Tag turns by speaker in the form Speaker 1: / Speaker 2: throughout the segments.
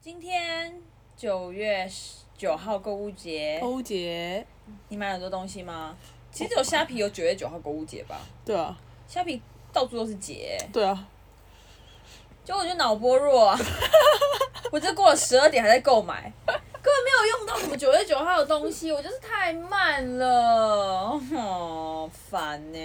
Speaker 1: 今天九月九号购物节，
Speaker 2: 欧杰，
Speaker 1: 你买了很多东西吗？其实只有虾皮有九月九号购物节吧，
Speaker 2: 对啊，
Speaker 1: 虾皮到处都是节，
Speaker 2: 对啊，
Speaker 1: 结果我就脑波弱啊， 我这过了十二点还在购买，根本没有用到什么九月九号的东西，我就是太慢了，好烦呢、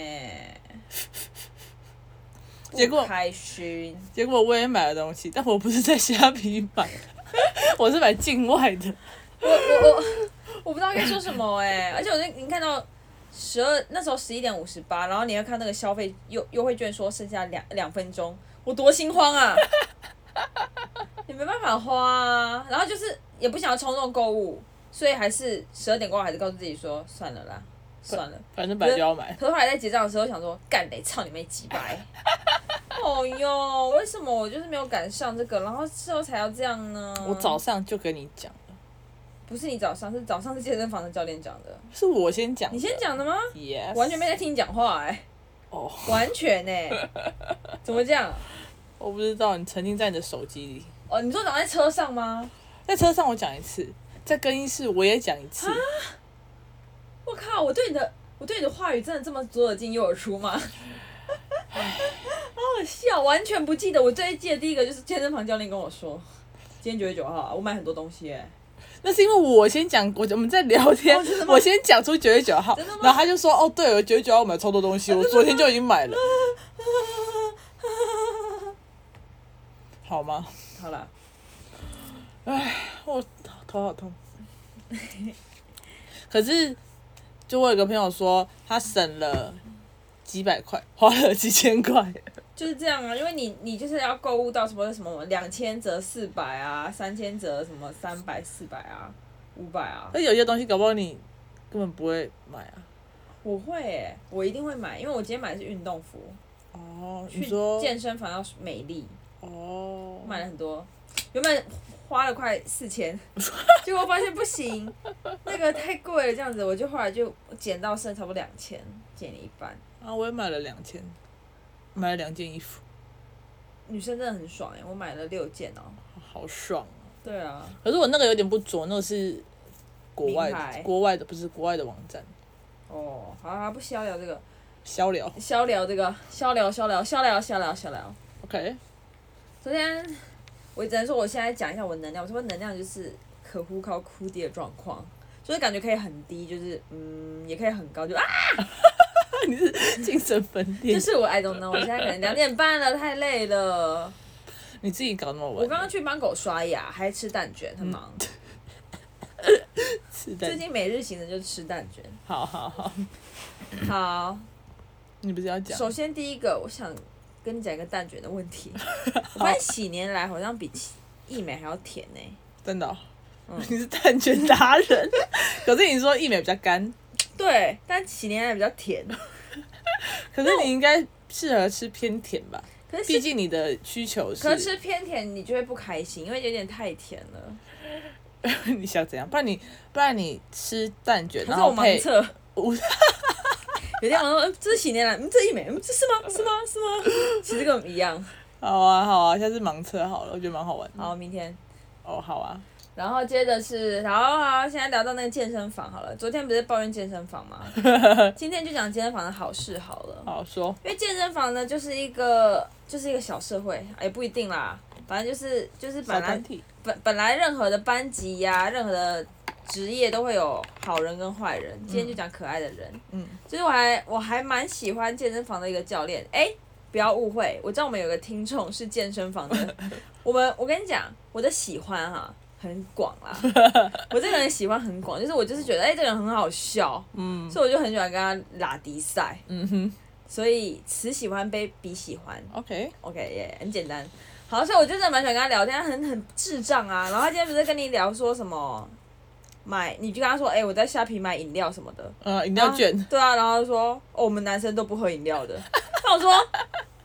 Speaker 2: 结果
Speaker 1: 不开心，
Speaker 2: 结果我也买了东西，但我不是在虾皮买， 我是买境外的。
Speaker 1: 我我我我不知道该说什么哎、 而且我那你看到十二那时候十一点五十八，然后你要看那个消费优优惠券说剩下两两分钟，我多心慌啊！ 也没办法花啊，然后就是也不想要冲动购物，所以还是十二点过后还是告诉自己说算了啦，算了。
Speaker 2: 反正本来就要买，
Speaker 1: 可是后来在结账的时候想说，干嘞，操你妹几百！ 哦哟，为什么我就是没有赶上这个，然后事后才要这样呢？
Speaker 2: 我早上就跟你讲了，
Speaker 1: 不是你早上，是早上是健身房的教练讲的。
Speaker 2: 是我先讲，
Speaker 1: 你先，讲的吗？
Speaker 2: yes，
Speaker 1: 完全没在听你讲话哎、
Speaker 2: 哦，
Speaker 1: 完全呢、怎么这样？
Speaker 2: 我不知道你沉浸在你的手机里，
Speaker 1: 哦，你说长在车上吗？
Speaker 2: 在车上我讲一次，在更衣室我也讲一
Speaker 1: 啊
Speaker 2: 次，
Speaker 1: 我靠，我对你的我对你的话语真的这么左耳进右耳出吗？ 好好笑，完全不记得。我最记得第一个就是健身房教练跟我说，今天九月九号啊，我买很多东西哎、
Speaker 2: 那是因为我先讲，我我们在聊天，
Speaker 1: 哦真的吗
Speaker 2: 我先讲出九月九号
Speaker 1: 真的吗，
Speaker 2: 然后他就说，哦，对，我九月九号我买了超多东西，我昨天就已经买 了，好吗？
Speaker 1: 好啦，
Speaker 2: 我头好痛。 可是，就我有个朋友说，他省了几百块，花了几 千块。
Speaker 1: 就是这样啊，因为你你就是要购物到什么什么两千折四百啊，三千折什么三百四百啊，五百啊。
Speaker 2: 那有些东西搞不好你根本不会买啊。
Speaker 1: 我会诶、我一定会买，因为我今天买的是运动服，
Speaker 2: 哦，你
Speaker 1: 去
Speaker 2: 说
Speaker 1: 健身房要美丽，
Speaker 2: 哦，
Speaker 1: 买了很多，原本花了快四 千，结果发现不行，那个太贵了，这样子，我就后来就减到剩差不多两千，减了一半。
Speaker 2: 啊，我也买了两千，买了两件衣服，
Speaker 1: 女生真的很爽诶、我买了六件哦、
Speaker 2: 好爽啊！
Speaker 1: 对啊，
Speaker 2: 可是我那个有点不拙，那个是国外
Speaker 1: 名牌
Speaker 2: 的，国外的不是国外的网站，
Speaker 1: 哦，好啊，不消聊这个，
Speaker 2: 消聊。
Speaker 1: 消聊这个，消聊消聊消聊消聊消聊。
Speaker 2: OK，
Speaker 1: 昨天我只能说，我现在讲一下我能量。我说能量就是可忽高忽低的状况，就是感觉可以很低，就是嗯，也可以很高，就啊，
Speaker 2: 你是精神分裂
Speaker 1: 就，是我 I don't know。我现在可能两点半了，太累了。
Speaker 2: 你自己搞那么晚。
Speaker 1: 我刚刚去帮狗刷牙，还吃蛋卷，很忙。
Speaker 2: 嗯吃
Speaker 1: 最
Speaker 2: 蛋，
Speaker 1: 近每日行程就是吃蛋卷。
Speaker 2: 好好好，
Speaker 1: 好，
Speaker 2: 你不是要讲？
Speaker 1: 首先第一个，我想跟你讲一个蛋卷的问题。我发现喜年来好像比益美还要甜呢、
Speaker 2: 真的哦、
Speaker 1: 嗯
Speaker 2: 你是蛋卷达人。 可是你说益美比较干，
Speaker 1: 对，但喜年来比较甜。
Speaker 2: 可是你应该适合吃偏甜吧？
Speaker 1: 可是
Speaker 2: 毕竟你的需求是，
Speaker 1: 可是吃偏甜你就会不开心，因为有点太甜了。
Speaker 2: 你想怎样？不然你不然你吃蛋卷，
Speaker 1: 可
Speaker 2: 然
Speaker 1: 是我
Speaker 2: 后
Speaker 1: 盲
Speaker 2: 配
Speaker 1: 测，
Speaker 2: 无
Speaker 1: 有点盲测，嗯这是喜年来，嗯，这一枚，嗯，这是吗？ 是吗？是吗？其实跟我们一样。
Speaker 2: 好啊好啊，下次盲测好了，我觉得蛮好玩的。
Speaker 1: 好，明天。
Speaker 2: 哦，好啊，
Speaker 1: 然后接着是，好好，现在聊到那个健身房好了。昨天不是抱怨健身房 吗？今天就讲健身房的好事好了。
Speaker 2: 好说。
Speaker 1: 因为健身房呢，就是一个就是一个小社会，啊也不一定啦。反正就是就是
Speaker 2: 小
Speaker 1: 本来
Speaker 2: 团体，
Speaker 1: 本本来任何的班级呀、任何的职业都会有好人跟坏人。今天就讲可爱的人，
Speaker 2: 嗯，
Speaker 1: 就是我还我还蛮喜欢健身房的一个教练。哎、不要误会，我知道我们有个听众是健身房 的，我们我跟你讲，我的喜欢哈、很广 啦，我这个人喜欢很广，就是我就是觉得哎、这个人很好笑，
Speaker 2: 嗯
Speaker 1: 所以我就很喜欢跟他拉迪赛，
Speaker 2: 嗯哼
Speaker 1: 所以此喜欢非彼喜欢。
Speaker 2: ，OK，
Speaker 1: OK，耶、很简单。好，所以我就真的蛮喜欢跟他聊天，他很很智障啊。然后他今天不是跟你聊说什么买，你就跟他说，哎、我在虾皮买饮料什么的，
Speaker 2: 呃，饮料卷，
Speaker 1: 然后对啊，然后他说，哦，我们男生都不喝饮料的。那我说，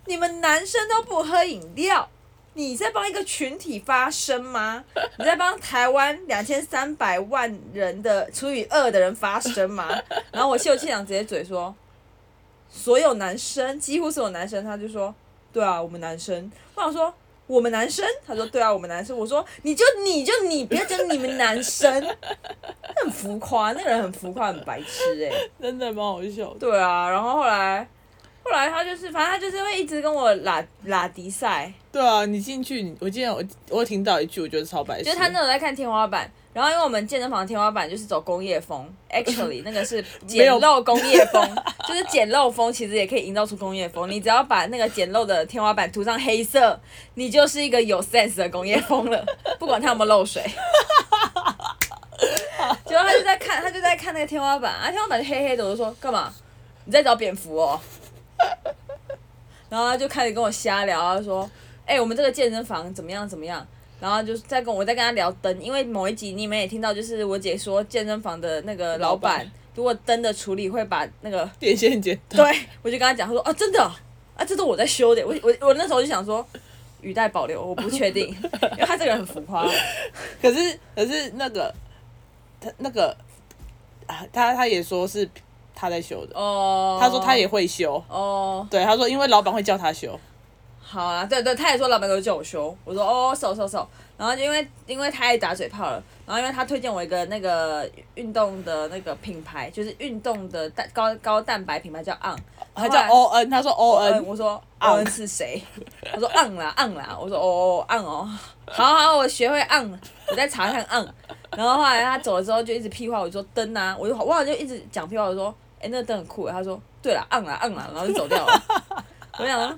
Speaker 1: 你们男生都不喝饮料，你在帮一个群体发声吗？你在帮台湾两千三百万人的除以二的人发声吗？然后我秀气长直接嘴说，所有男生，几乎所有男生，他就说，对啊，我们男生。我想说，我们男生？他说对啊，我们男生。我说你就你就你，不要讲你们男生， 很浮夸，那个人很浮夸，很白痴哎、
Speaker 2: 真的蛮好笑的。
Speaker 1: 对啊，然后后来后来他就是，反正他就是会一直跟我拉拉迪赛，
Speaker 2: 对啊，你进去，你我记得我我有听到一句，我觉得超白痴。
Speaker 1: 就是他那时候在看天花板。然后因为我们健身房的天花板就是走工业风，actually 那个是
Speaker 2: 没
Speaker 1: 简
Speaker 2: 有
Speaker 1: 陋工业风，就是简陋风其实也可以营造出工业风。你只要把那个简陋的天花板涂上黑色，你就是一个有 sense 的工业风了，不管它有没有漏水。 结果他就在看，他就在看那个天花板，啊，天花板是黑黑的，我就说干嘛？你在找蝙蝠哦？然后他就开始跟我瞎聊，他就说，哎、我们这个健身房怎么样怎么样？然后就是在跟我在跟他聊灯，因为某一集你们也听到，就是我姐说健身房的那个老
Speaker 2: 老
Speaker 1: 板
Speaker 2: 板，
Speaker 1: 如果灯的处理会把那个，
Speaker 2: 电线剪
Speaker 1: 对
Speaker 2: 断，
Speaker 1: 我就跟他讲，他说啊真的哦啊这是我在修的，我我我那时候就想说语带保留，我不确定，因为他这个人很浮夸，
Speaker 2: 可是可是那个他那个啊，他他也说是他在修的，
Speaker 1: 哦，
Speaker 2: 他说他也会修，
Speaker 1: 哦，
Speaker 2: 对，他说因为老板会叫他修，
Speaker 1: 好啊，对对，他也说老板都叫我修，我说哦，手手手，然后就因为因为他也打嘴炮了，然后因为他推荐我一个那个运动的那个品牌，就是运动的蛋高高蛋白品牌叫 On，
Speaker 2: 他叫 O N，他说 O
Speaker 1: 嗯，
Speaker 2: N，
Speaker 1: 我说
Speaker 2: On
Speaker 1: On 是谁？他说 On 啦 On 啦，我说哦 On 哦，好好，我学会 On，我再查看 On，然后后来他走了之后就一直屁话，我就说灯啊，我就我好像就一直讲屁话，我说哎、那个灯很酷耶，他说对啦 On 啦 On 啦，然后就走掉了。我想说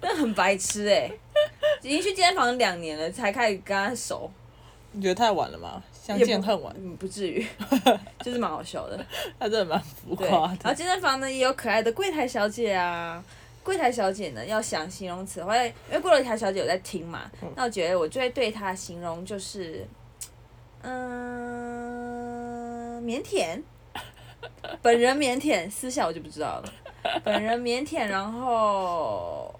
Speaker 1: 那很白痴哎、已经去健身房两年了，才开始跟他熟，
Speaker 2: 你觉得太晚了吗？相
Speaker 1: 也不
Speaker 2: 见恨晚，
Speaker 1: 嗯，不至于，就是蛮好笑的。
Speaker 2: 他真的蛮浮
Speaker 1: 对，
Speaker 2: 夸
Speaker 1: 然后
Speaker 2: 的。
Speaker 1: 健身房呢也有可爱的柜台小姐啊。柜台小姐呢，要想形容词的话，因为柜台小姐有在听嘛，
Speaker 2: 嗯
Speaker 1: 那我觉得我就会对她形容就是，嗯、腼腆。本人腼腆，私下我就不知道了。本人腼腆，然后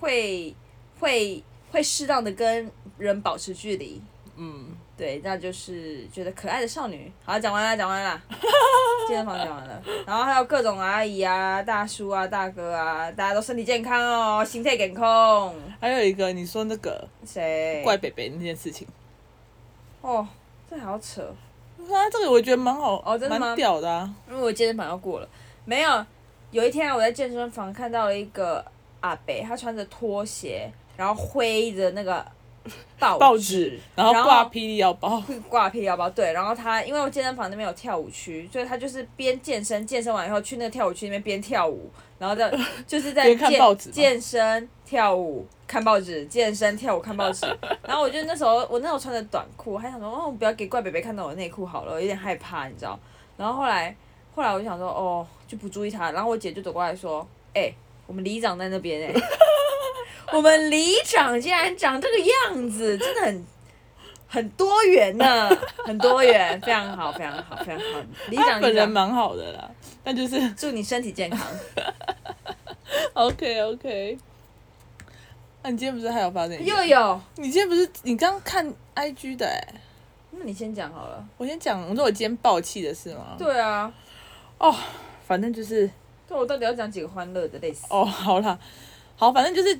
Speaker 1: 会会会适当的跟人保持距离，
Speaker 2: 嗯，
Speaker 1: 对，那就是觉得可爱的少女。好，讲完了，讲完 了，健身房讲完了，然后还有各种阿姨啊、大叔啊、大哥啊，大家都身体健康哦，心态健康。
Speaker 2: 还有一个你说那个
Speaker 1: 谁？
Speaker 2: 怪北北那件事情，
Speaker 1: 哦，这还要扯，
Speaker 2: 啊，这个我觉得蛮好，
Speaker 1: 哦真的吗
Speaker 2: 蛮屌的啊。
Speaker 1: 因为我健身房要过了。没有，有一天啊我在健身房看到了一个阿伯，他穿着拖鞋，然后挥着那个 报
Speaker 2: 报纸，然后
Speaker 1: 然后
Speaker 2: 挂霹雳腰包，
Speaker 1: 会挂皮腰包，对，然后他因为我健身房那边有跳舞区，所以他就是边健身，健身完以后去那个跳舞区那边边跳舞，然后再就是在
Speaker 2: 边看
Speaker 1: 健
Speaker 2: 报纸吗
Speaker 1: 健身、跳舞、看报纸、健身、跳舞、看报纸。然后我就那时候我那时候穿着短裤，还想说哦不要给怪北北看到我内裤好了，有点害怕，你知道。然后后来后来我就想说哦就不注意他，然后我姐就走过来说，哎、我们里长在那边哎、 我们里长竟然长这个样子，真的很很多元呢，很多元，非常好，非常好，非常好。里
Speaker 2: 他
Speaker 1: 长，
Speaker 2: 本
Speaker 1: 里
Speaker 2: 人
Speaker 1: 长，
Speaker 2: 蛮好的啦，但就是
Speaker 1: 祝你身体健康。
Speaker 2: OK OK。那、你今天不是还有发生一件？
Speaker 1: 又有，
Speaker 2: 你今天不是你刚看 IG 的哎、
Speaker 1: 那你先讲好了。
Speaker 2: 我先讲，我说我今天爆气的事吗？，
Speaker 1: 对啊，
Speaker 2: 反正就是
Speaker 1: 对啊我到底要讲几个欢乐的，类似。
Speaker 2: 哦，好啦，好，反正就是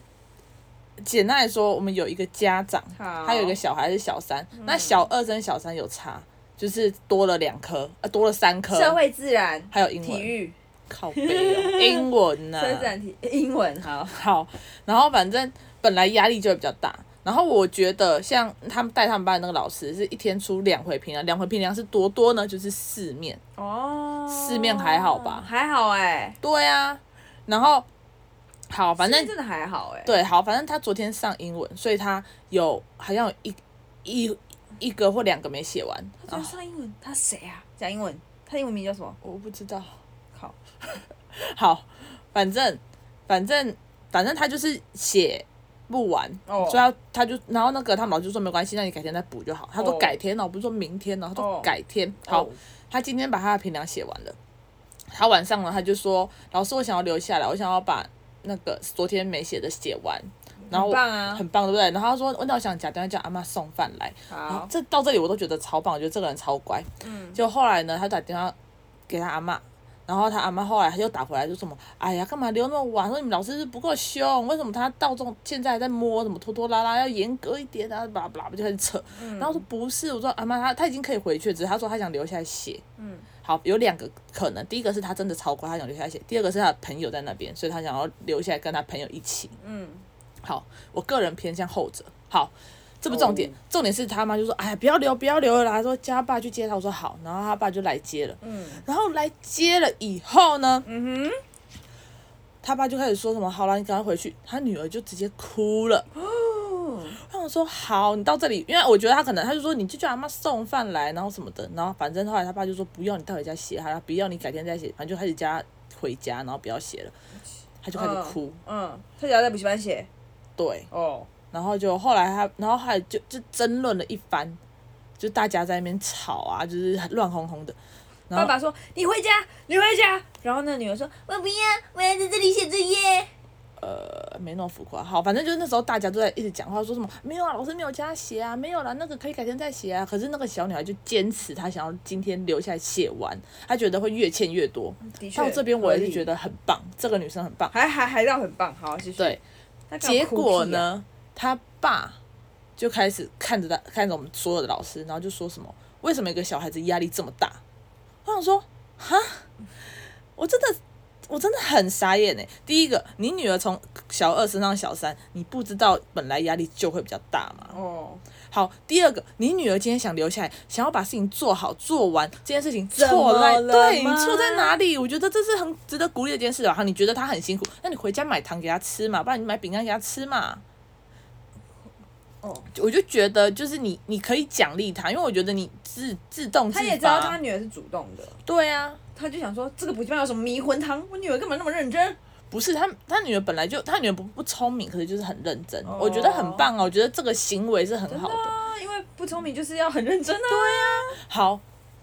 Speaker 2: 简单来说，我们有一个家长，
Speaker 1: 好嗯
Speaker 2: 他有一个小孩是小三，那小二跟小三有差，就是多了两科，呃，多了三科，
Speaker 1: 社会自然、
Speaker 2: 还有英文，
Speaker 1: 体育、
Speaker 2: 靠 背、哦，英文呢、
Speaker 1: 社会自然、体英文，好，
Speaker 2: 好，然后反正本来压力就会比较大。然后我觉得像他们带他们班的那个老师是一天出两回平量，两回平量是多多呢，就是四面。
Speaker 1: 哦，
Speaker 2: 四面还好吧
Speaker 1: 还好哎，
Speaker 2: 对啊，然后好，反正
Speaker 1: 四面真的还好哎。
Speaker 2: 对好，反正他昨天上英文，所以他有好像有一一一个或两个没写完。
Speaker 1: 他昨
Speaker 2: 然
Speaker 1: 天
Speaker 2: 后
Speaker 1: 上英文，他谁啊？讲英文，他英文名叫什么？
Speaker 2: 我不知道，
Speaker 1: 靠，
Speaker 2: 好，反正反正反正他就是写不完，
Speaker 1: 哦
Speaker 2: 所以他他就然后那个他们老师就说没关系，那你改天再补就好。他说
Speaker 1: 哦
Speaker 2: 改天呢，我不是说明天呢，他
Speaker 1: 哦
Speaker 2: 说改天。好，
Speaker 1: 哦
Speaker 2: 他今天把他的评量写完了，他晚上呢他就说老师我想要留下来，我想要把那个昨天没写的写完。然后我
Speaker 1: 很棒啊
Speaker 2: 很棒，对不对？然后他说，那我想假装叫阿妈送饭来。然后
Speaker 1: 好，
Speaker 2: 这到这里我都觉得超棒，我觉得这个人超乖。
Speaker 1: 嗯，
Speaker 2: 就后来呢，他打电话给他阿妈，然后他阿妈后来又打回来，就什么，哎呀，干嘛留那么晚？说你们老师是不够凶，为什么他到这种现在还在摸，怎么拖拖拉拉，要严格一点啊，巴拉巴拉，就开始扯。
Speaker 1: 嗯
Speaker 2: 然后说不是，我说阿妈他他已经可以回去了，只是他说他想留下来写。
Speaker 1: 嗯，
Speaker 2: 好，有两个可能，第一个是他真的超乖，他想留下来写；第二个是他的朋友在那边，所以他想要留下来跟他朋友一起。
Speaker 1: 嗯，
Speaker 2: 好，我个人偏向后者。好，这不重点
Speaker 1: 哦
Speaker 2: 重点是他妈就说：“哎呀，不要留，不要留了啦。”说叫他爸去接他，我说好，然后他爸就来接了。
Speaker 1: 嗯，
Speaker 2: 然后来接了以后呢，嗯哼，他爸就开始说什么：“好了，你赶快回去。”他女儿就直接哭了。
Speaker 1: 嗯
Speaker 2: 然后我说：“好，你到这里，因为我觉得他可能他就说你就叫阿妈送饭来，然后什么的。”然后反正后来他爸就说：“不要，你带回家写，好了，不要你改天再写。”反正就开始叫他回家，然后不要写了。他就开始
Speaker 1: 嗯
Speaker 2: 哭，
Speaker 1: 嗯，他只要在补习班写
Speaker 2: 对。
Speaker 1: 哦，
Speaker 2: 然后就后来他，然后还就就争论了一番，就大家在那边吵啊，就是乱哄哄的。然
Speaker 1: 爸
Speaker 2: 后
Speaker 1: 爸说你回家，你回家，然后那女儿说我不要，我要在这里写作业。
Speaker 2: 呃，没那么浮夸，好，反正就是那时候大家都在一直讲话，说什么没有啊，老师没有叫他写啊，没有啦，那个可以改天再写啊。可是那个小女孩就坚持她想要今天留下来写完，她觉得会越欠越多。
Speaker 1: 的确，
Speaker 2: 到这边我也
Speaker 1: 合
Speaker 2: 是
Speaker 1: 理
Speaker 2: 觉得很棒，这个女生很棒。
Speaker 1: 还还还让很棒，好继续。
Speaker 2: 对，
Speaker 1: 那干嘛
Speaker 2: 结
Speaker 1: 哭
Speaker 2: 果
Speaker 1: 屁啊？
Speaker 2: 呢，他爸就开始看着他，看着我们所有的老师，然后就说什么：为什么一个小孩子压力这么大？我想说，哈，我真的，我真的很傻眼哎。第一个，你女儿从小二升上小三，你不知道本来压力就会比较大嘛。
Speaker 1: 哦，
Speaker 2: 好，第二个，你女儿今天想留下来，想要把事情做好做完，这件事情
Speaker 1: 怎么
Speaker 2: 错在
Speaker 1: 了
Speaker 2: 对你
Speaker 1: 吗
Speaker 2: 错在哪里？我觉得这是很值得鼓励的一件事啊。好你觉得她很辛苦，那你回家买糖给她吃嘛，不然你买饼干给她吃嘛。
Speaker 1: 哦，
Speaker 2: 我就觉得就是你你可以奖励她，因为我觉得你自自动自
Speaker 1: 他也知道
Speaker 2: 发
Speaker 1: 他女儿是主动的，
Speaker 2: 对啊，
Speaker 1: 他就想说这个补习班有什么迷魂汤，我女儿干嘛那么认真？
Speaker 2: 不是她她女儿本来就她女儿不不聪明，可是就是很认真，
Speaker 1: 哦
Speaker 2: 我觉得很棒啊，我觉得这个行为是很好的。
Speaker 1: 啊，因为不聪明就是要很认真啊。
Speaker 2: 好，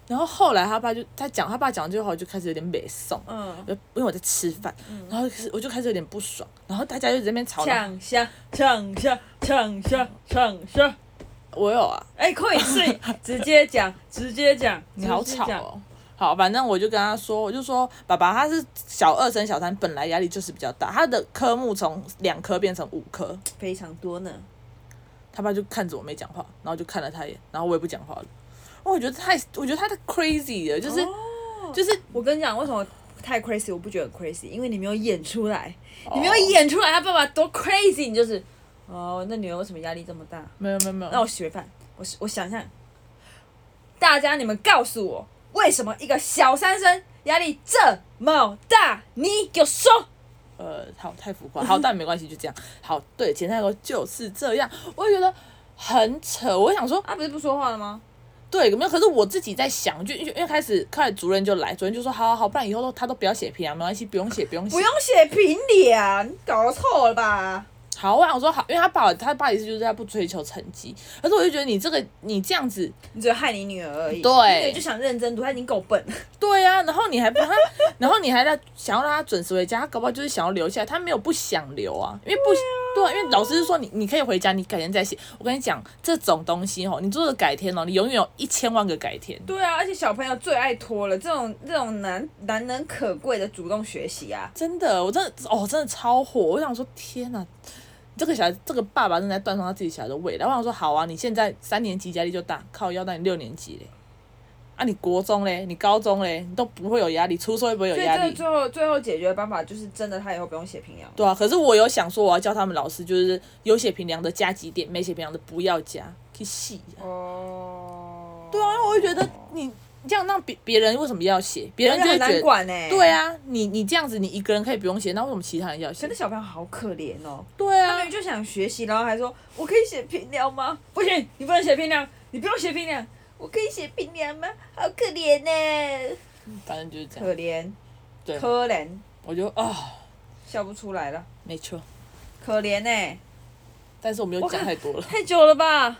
Speaker 2: 然后后来他爸就他讲他爸讲完之后，我就开始有点北宋。
Speaker 1: 嗯，
Speaker 2: 就因为我在吃饭，然后就是我就开始有点不爽，然后大家就在那边吵。
Speaker 1: 抢下，抢下，抢下，抢下。
Speaker 2: 我有啊，
Speaker 1: 哎，可以 睡，直接讲，直接讲，
Speaker 2: 你好吵
Speaker 1: 直接讲。
Speaker 2: 哦。好，反正我就跟他说，我就说爸爸他是小二升小三，本来压力就是比较大，他的科目从两科变成五科，
Speaker 1: 非常多呢。
Speaker 2: 哦他爸就看着我没讲话，然后就看了他一眼，然后我也不讲话了。我觉得太，我觉得他太 crazy 了，就是、就是
Speaker 1: 我跟你讲，为什么太 crazy？我不觉得很 crazy，因为你没有演出来，
Speaker 2: 哦
Speaker 1: 你没有演出来他爸爸多 crazy，你就是哦，那女儿为什么压力这么大？
Speaker 2: 没有没有没有，
Speaker 1: 让我学范，我是我想想，大家你们告诉我，为什么一个小三生压力这么大？你给我说，
Speaker 2: 呃，好，太浮夸，好，但没关系，就这样。好，对，简单来说就是这样，我就觉得很扯，我想说
Speaker 1: 啊他、不是不说话了吗？
Speaker 2: 对，没有。可是我自己在想，就因为因为开始，后来主任就来，主任就说，好好好，不然以后都他都不要写评量，没关系，不用写，不用写。
Speaker 1: 不用写评脸，搞错了吧？
Speaker 2: 好，我想说好，因为他爸他爸意思就是他不追求成绩，可是我就觉得你这个你这样子，
Speaker 1: 你只有害你女儿而已，
Speaker 2: 对
Speaker 1: 你女儿就想认真读，她已经够笨了。
Speaker 2: 对啊，然后你还不他， 然后你还让想要让他准时回家，他搞不好就是想要留下来，他没有不想留啊，因为不。对啊，因为老师是说你你可以回家，你改天再写。我跟你讲，这种东西哦，你做的改天哦，你永远有一千万个改天。
Speaker 1: 对啊，而且小朋友最爱拖了，这种这种难难能可贵的主动学习啊，
Speaker 2: 真的，我真的哦，真的超火！我想说，天哪，这个小孩，这个爸爸正在断送他自己小孩的未来。我想说，好啊，你现在三年级压力就大，靠腰，那你六年级嘞，啊，你国中嘞，你高中嘞，你都不会有压力，出社会不会有
Speaker 1: 所以
Speaker 2: 压
Speaker 1: 这个
Speaker 2: 力。
Speaker 1: 最后最后解决的办法就是真的，他以后不用写评量。
Speaker 2: 对啊，可是我有想说，我要教他们老师，就是有写评量的加几点，没写评量的不要加，去细、啊。
Speaker 1: 哦，
Speaker 2: 对啊，因为我会觉得你这样让别别人为什么要写？别人
Speaker 1: 而
Speaker 2: 就
Speaker 1: 且很
Speaker 2: 会觉
Speaker 1: 难
Speaker 2: 得，
Speaker 1: 管呢、欸
Speaker 2: 对啊，你你这样子，你一个人可以不用写，那为什么其他人要
Speaker 1: 可
Speaker 2: 写
Speaker 1: 是？小朋友好可怜哦，
Speaker 2: 对
Speaker 1: 他
Speaker 2: 啊
Speaker 1: 们，就想学习，然后还说我可以写评量吗？不行，你不能写评量，你不用写评量。我可以写评量吗？好可怜呢、
Speaker 2: 反正就是这样。
Speaker 1: 可怜，
Speaker 2: 对，
Speaker 1: 可怜，
Speaker 2: 我就啊。
Speaker 1: 笑不出来了，
Speaker 2: 没错，
Speaker 1: 可怜呢、
Speaker 2: 但是我们又
Speaker 1: 我看
Speaker 2: 讲太多了。
Speaker 1: 太久了吧？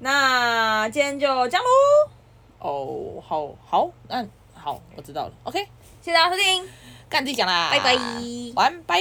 Speaker 1: 那今天就这样喽，
Speaker 2: 哦，好好，那好，我知道了。OK，
Speaker 1: 谢谢大家收听。
Speaker 2: 干自己讲啦，
Speaker 1: 拜拜
Speaker 2: 晚安，拜。